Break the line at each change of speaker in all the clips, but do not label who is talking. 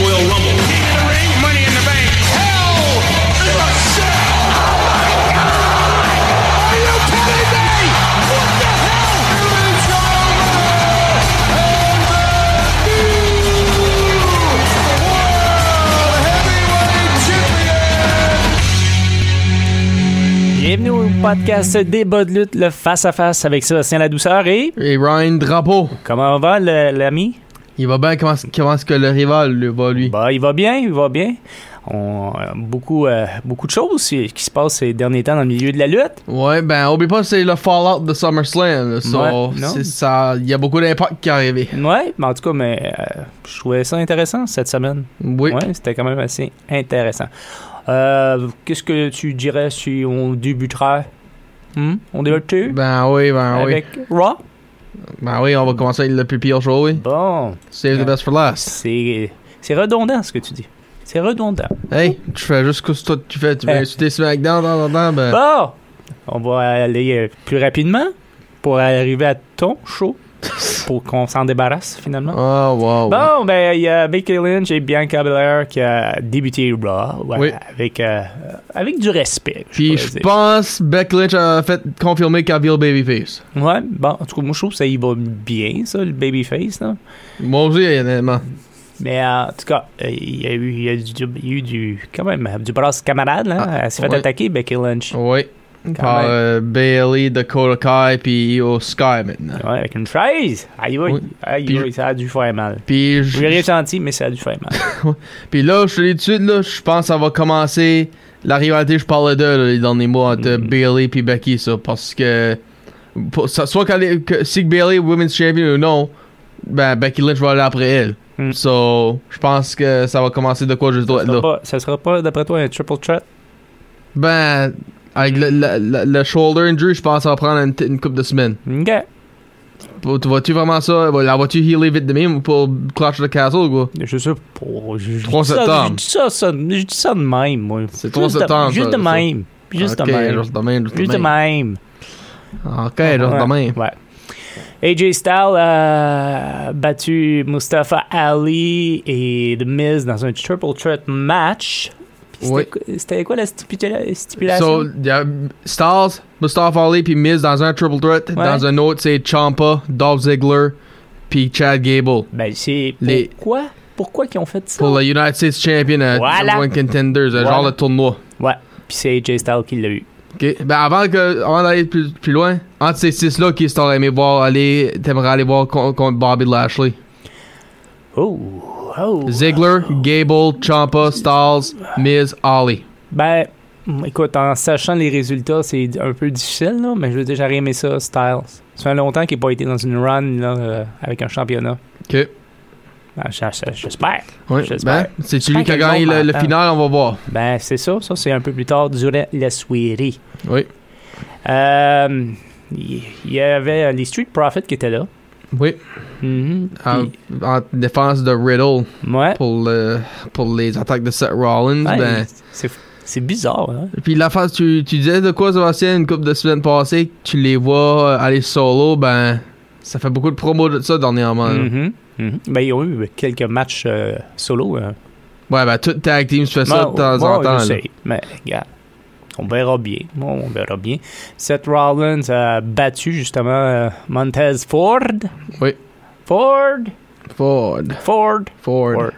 Royal Rumble. King of the Ring, Money in the Bank.
Hell in a Cell. Are you kidding me? What the hell? It's over. And the new World Heavyweight Champion.
Bienvenue au podcast Débat de lutte, le face-à-face avec Sébastien Ladouceur et...
Et Ryan Drapeau,
Comment va le- l'ami?
il va bien comment, comment ce que le rival lui, va lui.
Bah, il va bien, il va bien. On, euh, beaucoup, euh, beaucoup de choses qui qui se passent ces derniers temps dans le milieu de la lutte.
Ouais, ben oublie pas c'est le fallout de SummerSlam. là. So,
Ouais, non.
c'est ça, il y a beaucoup d'impact qui est arrivé.
Ouais, mais en tout cas, mais, euh, je trouvais ça intéressant cette semaine.
Oui.
Ouais, c'était quand même assez intéressant. Euh, Qu'est-ce que tu dirais si on débuterait? Hmm? On débuterait
Ben oui, ben oui.
avec Raw?
Ben oui, on va commencer avec le PPL show, oui.
Bon,
Save the best for last.
c'est c'est redondant ce que tu dis. C'est redondant.
Hey, tu fais juste que toi tu fais, tu
Hey.
veux insulter SmackDown, dans, dans, dans, ben.
Bon, Euh, on va aller euh, plus rapidement pour arriver à ton show pour qu'on s'en débarrasse finalement.
Oh wow.
Bon, ben, il y a Becky Lynch et Bianca Belair qui a débuté Raw ouais,
Oui.
avec, euh, avec du respect. je
Puis
pourrais
je
dire.
pense Beck Lynch a fait confirmer qu'elle vit le babyface.
Ouais, bon, en tout cas, moi, je trouve que ça y va bien, ça, le babyface, là.
Moi aussi, honnêtement.
Mais euh, en tout cas, euh, il y a eu, il y a du- du- il y a eu du, quand même, euh, du brasse camarade, là.
Ah,
Elle s'est fait
ouais.
attaquer, Becky Lynch.
Oui. Par
même.
euh, Bailey, Dakota Kai, puis Io Sky maintenant.
Ouais, avec une fraise. Aïe, aïe,
Oui.
aïe,
Puis-
aïe, ça a dû faire mal.
Puis
Je l'ai rien senti, mais ça a dû faire mal.
Puis là, je te dis tout de suite, là, je pense que ça va commencer la rivalité, je parlais d'eux, là, les derniers mois, entre
Mhm.
Bailey et Becky, ça, parce que, pour- ça- soit quand les- que, si Bailey est Women's Champion ou non, ben Becky Lynch va aller après elle.
Mm.
So, je pense que ça va commencer de quoi je dois
Ça sera
là.
pas, ça sera pas, d'après toi, un triple threat?
Ben, avec le, le- le- le shoulder injury, je pense que ça va prendre une, t- une couple de semaines.
Ok.
Pour- Tu vois-tu vraiment ça? Ben, La vois-tu healer vite de même pour Clash of the Castle, quoi?
Je sais pas. Je, je
3
dis ça-
septembre.
Je dis ça, ça- je dis ça de même, moi.
C'est
Juste
3
de-
septembre,
Juste
ça,
de
ça.
même. Juste
Ok, Eh,
de même.
Juste de même,
Juste de même.
Ok, juste de même.
Ouais. AJ Styles a battu Mustafa Ali et The Miz dans un triple threat match. Puis c'était
Oui.
quoi- C'était quoi la stipula- stipulation?
So, il y a Styles, Mustafa Ali, puis Miz dans un triple threat. Dans un autre, c'est Champa, Dolph Ziggler, puis Chad Gable.
ben, c'est
Les-
pourquoi? Pourquoi qu'ils ont fait ça?
Pour le United States Champion, euh,
Voilà.
number one contenders, euh,
Voilà.
genre le tournoi.
Ouais. Puis c'est AJ Styles qui l'a eu.
Ok. Ben avant, que- avant d'aller plus, plus loin, entre ces six-là, qui t'aurais aimé voir aller, t'aimerais aller voir con- contre Bobby Lashley?
Oh! Oh!
Ziggler, Gable, Champa, Styles, Miz, Ali.
Ben, écoute, en sachant les résultats, c'est un peu difficile, là, mais je veux dire, j'aurais aimé ça, Styles. Ça fait longtemps qu'il n'a pas été dans une run là, euh, avec un championnat.
Ok.
Ben, j- j- J'espère.
Ouais,
J'espère.
ben, c'est
J'espère
celui qui a
que le
gagné
monde
le, le
m'entend.
final, on va voir.
Ben, c'est ça. Ça, c'est un peu plus tard durant la soirée.
Oui.
Euh, Il il y avait euh, les Street Profits qui étaient là.
Oui.
Mhm.
En,
Puis-
en défense de Riddle.
ouais.
pour, le- pour les attaques de Seth Rollins.
Ouais,
ben,
c'est- C'est bizarre. Hein?
puis la phase, tu, tu disais de quoi, Sébastien, une couple de semaines passées, que tu les vois euh, aller solo, ben, ça fait beaucoup de promos de ça dernièrement. là.
Mhm. Mhm. Ben, ils ont eu quelques matchs euh, solo. hein.
Ouais, ben, toute tag team se fait ça
Bon,
de temps
bon,
en temps.
je
là.
sais, mais regarde, on verra bien. Bon, on verra bien. Seth Rollins a battu justement euh, Montez Ford.
Oui.
Ford,
Ford,
Ford,
Ford.
Ford.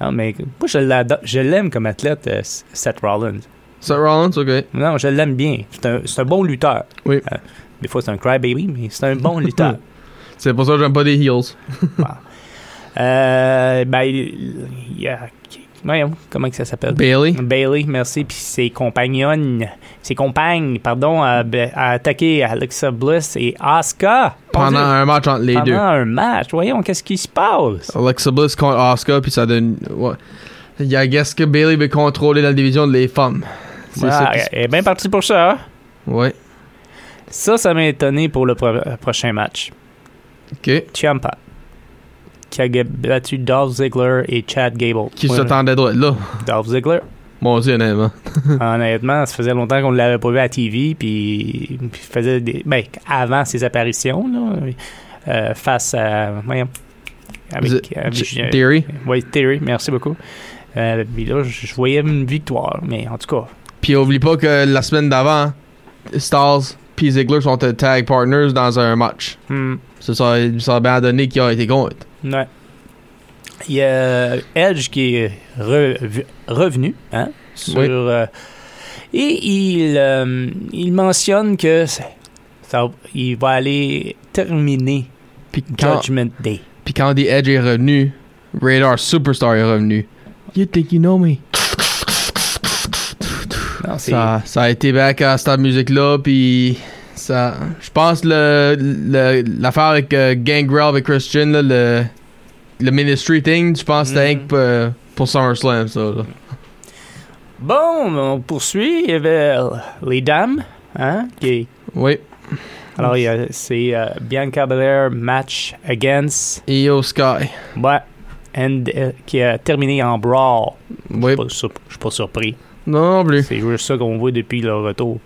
Non, mais moi, je l'ado- je l'aime comme athlète, euh, S- Seth Rollins.
Seth Rollins, ok.
Non, je l'aime bien. C'est un, c'est un bon lutteur.
Oui.
Euh, des fois, c'est un crybaby, mais c'est un bon lutteur.
C'est pour ça que j'aime pas des heels.
Euh, ben, il il y a. voyons, comment que ça s'appelle?
Bailey.
Bailey, merci. Puis ses compagnons, ses compagnes, pardon, a, a attaqué Alexa Bliss et Asuka
Pendant un match entre les
pendant
deux. Oh,
un match. Voyons, qu'est-ce qui se passe?
Alexa Bliss contre Oscar, puis ça donne. Ouais. Il y a guess que Bailey veut contrôler la division des femmes. C'est
Ouais,
ça qui se-
elle est bien parti pour ça. hein?
Ouais,
euh, Ça, ça m'a étonné pour le pro- prochain match.
ok.
Ciampa. qui a battu Dolph Ziggler et Chad Gable.
Qui
Oui,
s'attendait droit là.
Dolph Ziggler.
Mon dieu, honnêtement.
Honnêtement, ça faisait longtemps qu'on ne l'avait pas vu à la TV, puis puis il faisait des. Ben, avant ses apparitions, là, euh, face à. voyons, Avec.
The-
avec-
Ch- Theory.
ouais, Theory, merci beaucoup. Euh, puis là, je je voyais une victoire, mais en tout cas,
Puis oublie pas que la semaine d'avant, Stars puis Ziggler sont euh, tag partners dans un match.
hmm,
Ça, ça, ça a bien donné qu'il a été contre.
ouais. Il y a Edge qui est re- revenu, hein, sur.
Oui.
euh, et il, euh, il mentionne que ça, ça- il va aller terminer
Puis quand,
Judgment Day.
puis quand The Edge est revenu, Radar Superstar est revenu. You think you know me?
Non, c'est-
Ça, ça a été back à cette musique-là, puis ça... Je pense le, le- l'affaire avec euh, Gangrel et Christian, là, le, le ministry thing, je pense que c'était
Mhm.
Hank, euh, pour SummerSlam, ça. là.
Bon, on poursuit. Il y avait euh, les dames. Hein, qui-
Oui.
Alors, il y a- c'est euh, Bianca Belair match against.
Io Sky.
Ouais. And, euh, qui a terminé en brawl.
Oui.
Pas sur- Je suis pas surpris.
Non, non plus.
C'est juste ça qu'on voit depuis le retour.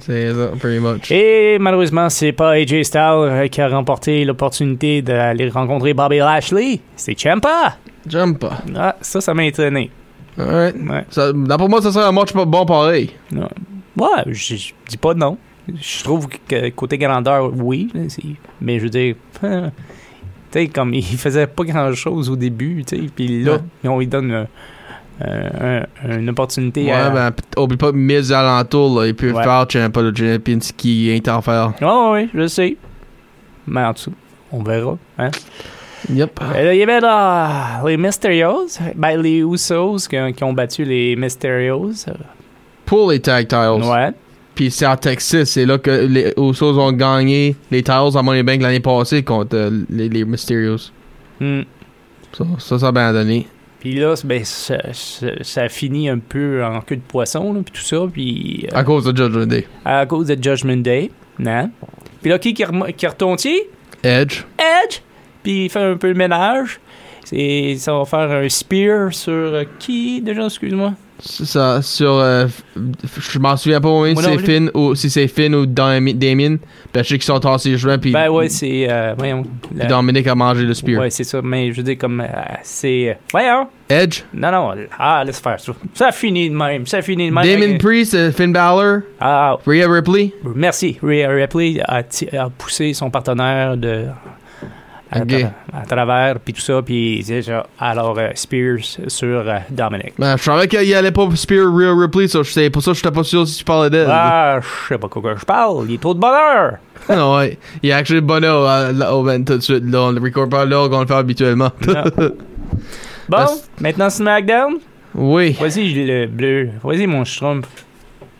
C'est ça, pretty much.
Et malheureusement, c'est pas AJ Styles euh, qui a remporté l'opportunité d'aller rencontrer Bobby Lashley. C'est Champa.
J'aime pas.
Ah, ça, ça m'a étonné.
Alright.
Ouais.
Ça, dans- pour moi, ça serait un match pas bon pareil.
Ouais, Ah, je je dis pas non. Je trouve que côté grandeur, oui. là, c'est- Mais je veux dire, hein, tu sais, comme il faisait pas grand chose au début, tu sais, puis là,
Ouais.
on lui donne euh, euh, un- une opportunité
Ouais,
à.
ben, p- oublie pas, mes alentours, là, ils peuvent
euh, Ouais.
faire Champa le champion qui est en faire.
Ah oui, je sais. Mais en dessous, on verra. Hein?
Yep.
Et là, il y avait là, les Mysterios, ben, les Usos qui, qui ont battu les Mysterios.
Pour les tag titles.
Ouais.
Puis c'est à Texas, c'est là que les Usos ont gagné les Tiles à Money Bank l'année passée contre euh, les, les Mysterios.
Hmm.
Ça, ça, ça a bien donné.
Puis là, c'est- ben, ça, ça- ça finit un peu en queue de poisson, là, puis tout ça, puis euh,
À cause de Judgment Day.
à cause de Judgment Day, non? Puis là, qui qui, rem- qui retourne Edge,
Edge.
puis il fait un peu le ménage. C'est, ça va faire un spear sur euh, qui déjà, excuse-moi?
Ça, sur. euh, f- f- je m'en souviens pas moi, si
Moi non
c'est
plus.
Finn ou si c'est Finn ou Dami- Damien. Ben, je sais qu'ils sont tassés les cheveux, puis
ben ouais, c'est. euh, voyons.
puis
la-
Dominic a mangé le spear.
Ouais, c'est ça, mais je veux dire, comme. euh, c'est. euh, voyons!
Edge.
Non, non, ah, laisse faire ça. Ça finit de même, ça finit de même.
Damien Priest, euh, Finn Balor,
Ah,
Rhea Ripley,
Merci. Rhea Ripley a, ti- a poussé son partenaire de, à,
Ok.
tra- à travers, puis tout ça, puis déjà, alors euh, Spears sur euh, Dominic.
Ben, je savais qu'il allait pas spear Rhea Ripley, ça, je sais- pour ça que j'étais pas sûr si tu parlais d'elle.
Ah, je sais pas quoi que je parle, il est trop de bonheur.
non, ouais. Il y a actually Bono à, là, au Ben tout de suite. Là, on le record pas là qu'on le fait habituellement.
Non. bon,
Parce-
maintenant SmackDown.
oui,
Vas-y le bleu, vas-y mon Schtroumpf.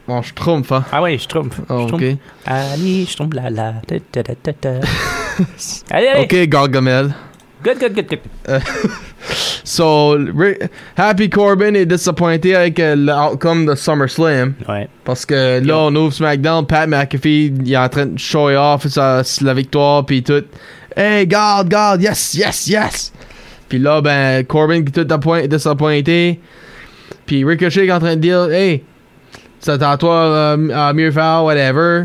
bon, je trompe, hein.
Ah ouais, Schtroumpf.
Ah,
Schtroumpf.
ok.
Allez, Schtroumpf, la la. ta, ta, ta, ta, ta. allez, allez,
Ok, Gargamel.
good, good, good, good.
So, Ri- Happy Corbin est disappointé avec euh, l'outcome de SummerSlam.
Ouais.
Parce que là, on ouvre SmackDown, Pat McAfee, il est en train de show off sa, la victoire, puis tout. Hey, God, God, yes, yes, yes! Puis là, ben, Corbin qui est tout appoint- disappointé. Puis Ricochet qui est en train de dire, hey, c'est à toi euh, à mieux faire, whatever.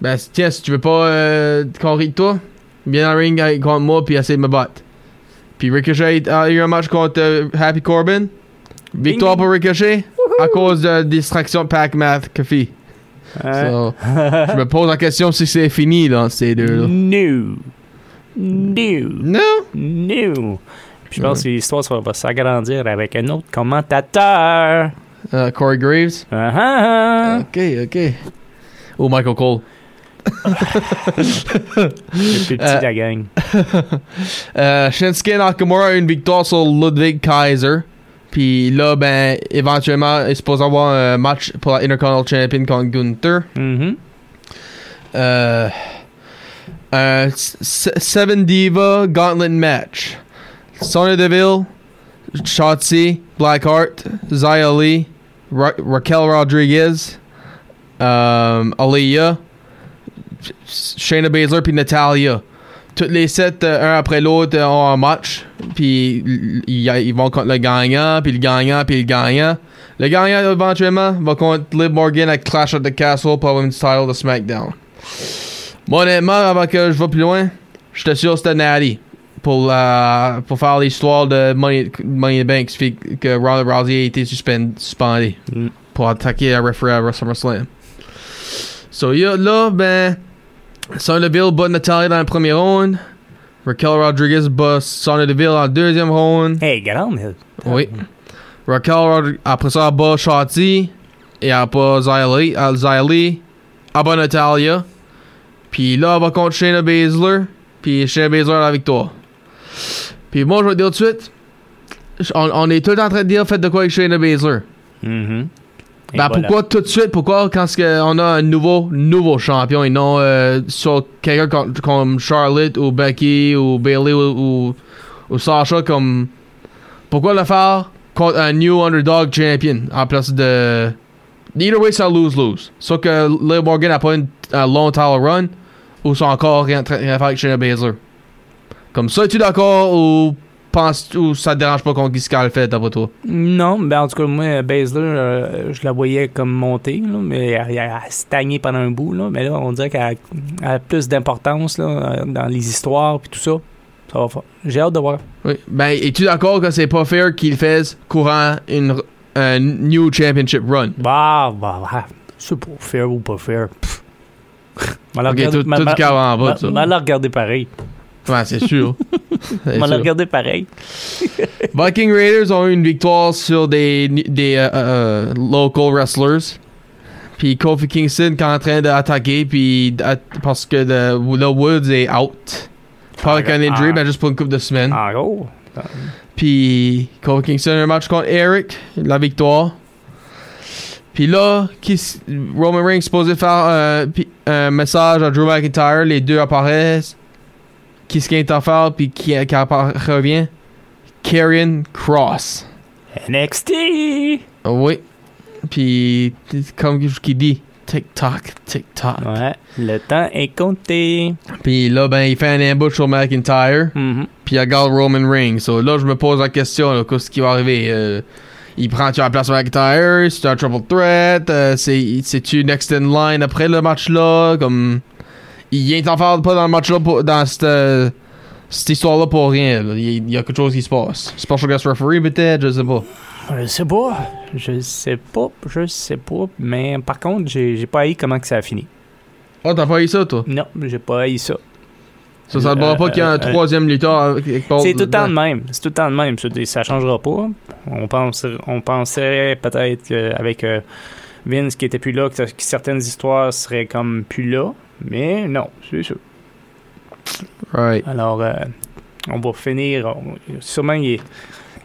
Ben, si- tiens, si tu veux pas euh, qu'on rit de toi, viens dans le ring avec- contre moi, puis essaie de me battre. Puis Ricochet a eu un match contre euh, Happy Corbin. Victoire
Ding,
pour Ricochet à cause de la distraction de Pac McAfee.
Hein?
So, je me pose la question si c'est fini là, ces
Mm.
deux là.
New. New.
Non?
New. Puis je pense
Ouais.
que l'histoire ça va, va s'agrandir avec un autre commentateur.
Euh, Corey Graves?
Ah, ah, ah.
Ok, ok. Ou Michael Cole.
Le plus petit de la gang.
Euh, Shinsuke Nakamura a eu une victoire sur Ludwig Kaiser. Puis là, ben, éventuellement, il est supposé avoir un match pour la Intercontinental Champion contre Gunther.
Mhm.
Euh, un uh, s- s- Seven Diva Gauntlet Match. Sonya Deville, Shotzi, Blackheart, Zia Lee, Ra- Raquel Rodriguez, um, Aaliyah, Shayna Baszler, puis Natalia. toutes les sets, euh, un après l'autre, euh, ont un match. Puis l- il y a- ils vont contre le gagnant, puis le gagnant, puis le gagnant. Le gagnant, éventuellement, va contre Liv Morgan à Clash at the Castle pour avoir une title de SmackDown. Moi, honnêtement, avant que je vais plus loin, je t'assure que c'était Natty pour, la- pour faire l'histoire de Money, Money in the Bank, ce qui fait que Ronda Rousey a été suspend- suspendu
Mm.
pour attaquer un referee à SummerSlam. So, yo, là, ben, Sonya Deville bat Natalia dans le premier round. Raquel Rodriguez bat Sonya Deville en deuxième round.
Hey, grande, elle.
Oui. Raquel Rodriguez, après ça, elle bat Shotzi. Et elle bat Xylee. Elle, Xylee. Elle bat Natalia. Puis là, elle va contre Shayna Baszler. Puis Shayna Baszler a la victoire. Puis moi, je vais te dire tout de suite. On, on est tout le temps en train de dire faites de quoi avec Shayna Baszler.
Mhm. Et voilà.
Ben pourquoi tout de suite? Pourquoi quand ce que on a un nouveau nouveau champion et non euh, sur quelqu'un com- comme Charlotte ou Becky ou Bailey ou, ou, ou Sasha comme pourquoi le faire contre un new underdog champion en place de either way ça lose lose. Sauf que Liv Morgan n'a pas une, un long title run ou sont encore rien, tra- rien à faire avec Shayna Baszler. Comme ça, es-tu d'accord ou penses ou ça te dérange pas qu'on qui le fait d'après toi?
Non, ben en tout cas, moi, Baszler, euh, je la voyais comme monter, là, mais elle, elle a stagné pendant un bout. Là, mais là, on dirait qu'elle a- elle a plus d'importance là, euh, dans les histoires puis tout ça. Ça va faire. J'ai hâte de voir.
Oui. Ben, es-tu d'accord que c'est pas fair qu'il fasse courant une, r- un new championship run?
Bah, bah, bah. C'est pour faire ou pas faire. Pff. On va
Ok, tout, tout
la
le cas en bas, ça.
regarder pareil.
Ouais, c'est sûr. C'est
On va la
sûr.
regarder pareil.
Viking Raiders ont eu une victoire sur des, des euh, euh, local wrestlers. Puis Kofi Kingston qui est en train d'attaquer, puis d'a- parce que de, là, Woods est out. Pas avec un injury,
Ah.
mais juste pour une couple de semaines.
En gros.
Puis Kofi Kingston a un match contre Eric, la victoire. Puis là, qui s- Roman Reigns est supposé faire euh, pi- un message à Drew McIntyre, les deux apparaissent. Qui ce qui est en faire, puis qui, qui appara- revient Karrion Cross.
NXT!
Oui. Puis, t- comme qui dit, TikTok, TikTok.
Ouais, le temps est compté.
Puis là, ben, il fait un ambush sur McIntyre.
Mhm.
Puis il regarde Roman Reigns. So, là, je me pose la question, là, qu'est-ce qui va arriver? Euh, il prend-tu la place McIntyre? C'est un triple threat? Euh, c'est- C'est-tu next in line après le match-là? Comme... Il est en faire pas dans le match-là, pour- dans cette, euh, cette histoire-là pour rien. là. Il il y a quelque chose qui se passe. Special guest referee, peut-être? Je sais pas.
Je sais pas. Je sais pas. Je sais pas. Mais par contre, j'ai j'ai pas haï comment que ça a fini.
Ah, t'as pas eu ça, toi?
Non, j'ai pas haï ça.
Ça, ça te
Euh,
va pas qu'il y a
euh,
un
euh,
troisième lutteur avec- avec Paul
C'est tout le temps de
dedans.
même. C'est tout le temps de même. Ça, ça changera pas. On, pense, on pensait peut-être euh, avec euh, Vince qui était plus là que, ça- que certaines histoires seraient comme plus là. Mais non, c'est sûr.
Right.
Alors, euh, on va finir. on- sûrement, il est-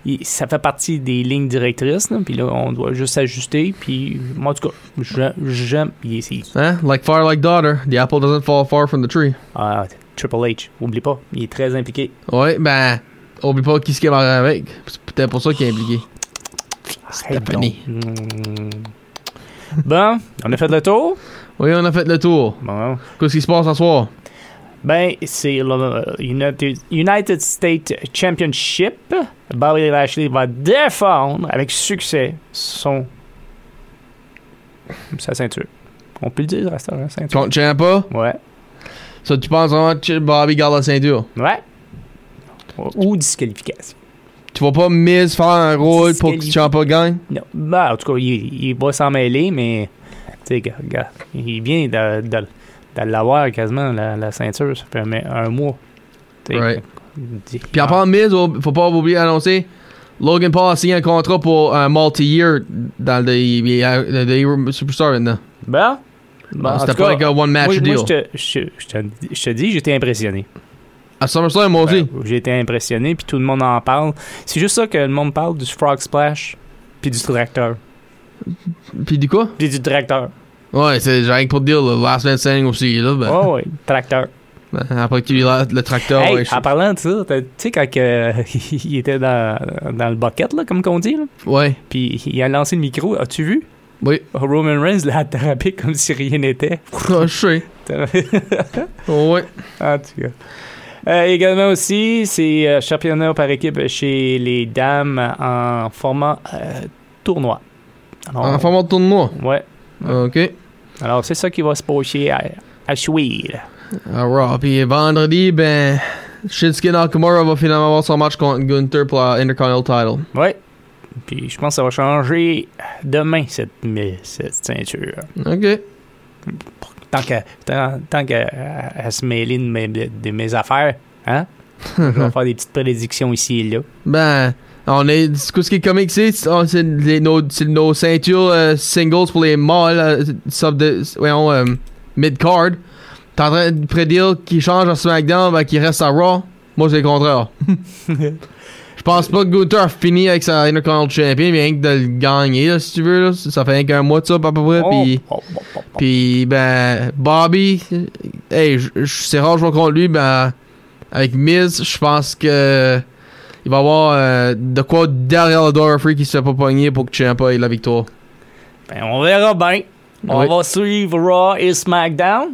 il- ça fait partie des lignes directrices. là, Puis là, on doit juste s'ajuster. Puis, moi, en tout cas, j'a- j'aime. il est- il-
Hein? Like fire, like daughter. The apple doesn't fall far from the tree.
Ah, Triple H, oublie pas, il est très impliqué.
Ouais, ben, oublie pas qui ce qui va avec. C'est peut-être pour ça qu'il est impliqué. Stephanie.
Arrête donc. Mm. Bon, on a fait le tour.
Oui, on a fait le tour.
Bon.
Qu'est-ce qui se passe ce soir?
Ben, c'est le United, United States Championship. Bobby Lashley va défendre avec succès son sa ceinture. On peut le dire, à cette heure, hein, ceinture.
Contre Champa?
Ouais,
Ça, tu penses vraiment que Bobby garde la ceinture?
ouais. Ou disqualification.
Tu vas pas Miz faire un rôle pour que
Disqualifié.
Champa gagne?
Non. Ben, en tout cas, il, il va s'en mêler, mais tu sais, gars, gars, il vient de, de- de l'avoir quasiment, la, la ceinture, ça fait un, un mois. Tu sais, ah.
Right.
dis-
Puis en parlant de Miz, oh, faut pas oublier d'annoncer, Logan Paul a signé un contrat pour un multi-year dans le, le- le- le Superstar maintenant.
Bon. Bon, Bah, en
Ah, C'était
tout cas,
pas like a one-match
moi,
deal.
moi, je, te, je- je te- je te dis, j'étais impressionné.
à SummerSlam, moi aussi.
Ben, J'ai été impressionné, puis tout le monde en parle. C'est juste ça que le monde parle du Frog Splash, puis du tracteur.
Puis du quoi?
Puis du tracteur.
Ouais, c'est j'ai rien que pour te dire, le Last Man Standing aussi, là. Ben,
Oh, oui, tracteur.
ben, après qu'il y a eu la- le tracteur,
hey,
ouais, je-
en parlant de ça, t'as- tu sais, quand que- il était dans, dans le bucket, là, comme qu'on dit, là,
ouais.
puis il a lancé le micro, as-tu vu?
Oui.
Roman Reigns l'a attrapé comme si rien n'était.
Ah, je sais.
en tout
Ouais.
cas. Euh, également aussi, c'est euh, championnat par équipe chez les dames en format euh, tournoi. Alors,
En format de tournoi.
Ouais.
OK.
Alors, c'est ça qui va se pocher à, à suivre.
Alors, puis vendredi, ben, Shinsuke Nakamura va finalement avoir son match contre Gunther pour la Intercontinental Title.
Ouais. Puis je pense que ça va changer demain, cette, mais cette ceinture.
OK.
Tant qu'elle tant, tant qu'elle- elle- elle se mêler de mes, de- de mes affaires, hein? je
Mhm.
vais faire des petites prédictions ici et là.
Ben, on est. c'est quoi ce qui est comique, c'est oh, c'est les- nos, c'est nos ceintures euh, singles pour les mâles, euh, sub de. Voyons, euh, mid-card. T'es en train de prédire qu'ils changent à SmackDown, ben qu'ils restent à Raw. Moi, c'est le contraire. Je pense pas que Gunther a fini avec sa Intercontinental Champion, mais rien que de le gagner, là, si tu veux. là. Ça fait rien qu'un mois de ça, à peu près. Puis,
Oh, oh, oh, oh.
puis, ben, Bobby, euh, hey, je- je- c'est rare que je vois contre lui, ben, avec Miz, je pense que il va y avoir euh, de quoi derrière le door free qui se fait pas pogner pour que Ciampa ait la victoire.
Ben, on verra bien. On
Ouais.
va suivre Raw et SmackDown.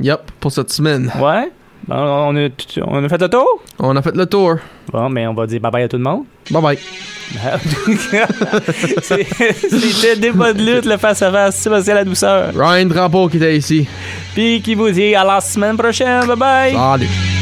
Yep, pour cette semaine.
Ouais. Ben, on, a, tout- on a fait le tour.
On a fait le tour. Bon,
Bon, mais on va dire bye-bye à tout le monde.
bye bye.
C'est- C'était Débat de lutte, le face-à-face, Sébastien La Douceur.
Ryan Drapeau qui était ici.
Puis qui vous dit à la semaine prochaine. Bye-bye.
Salut.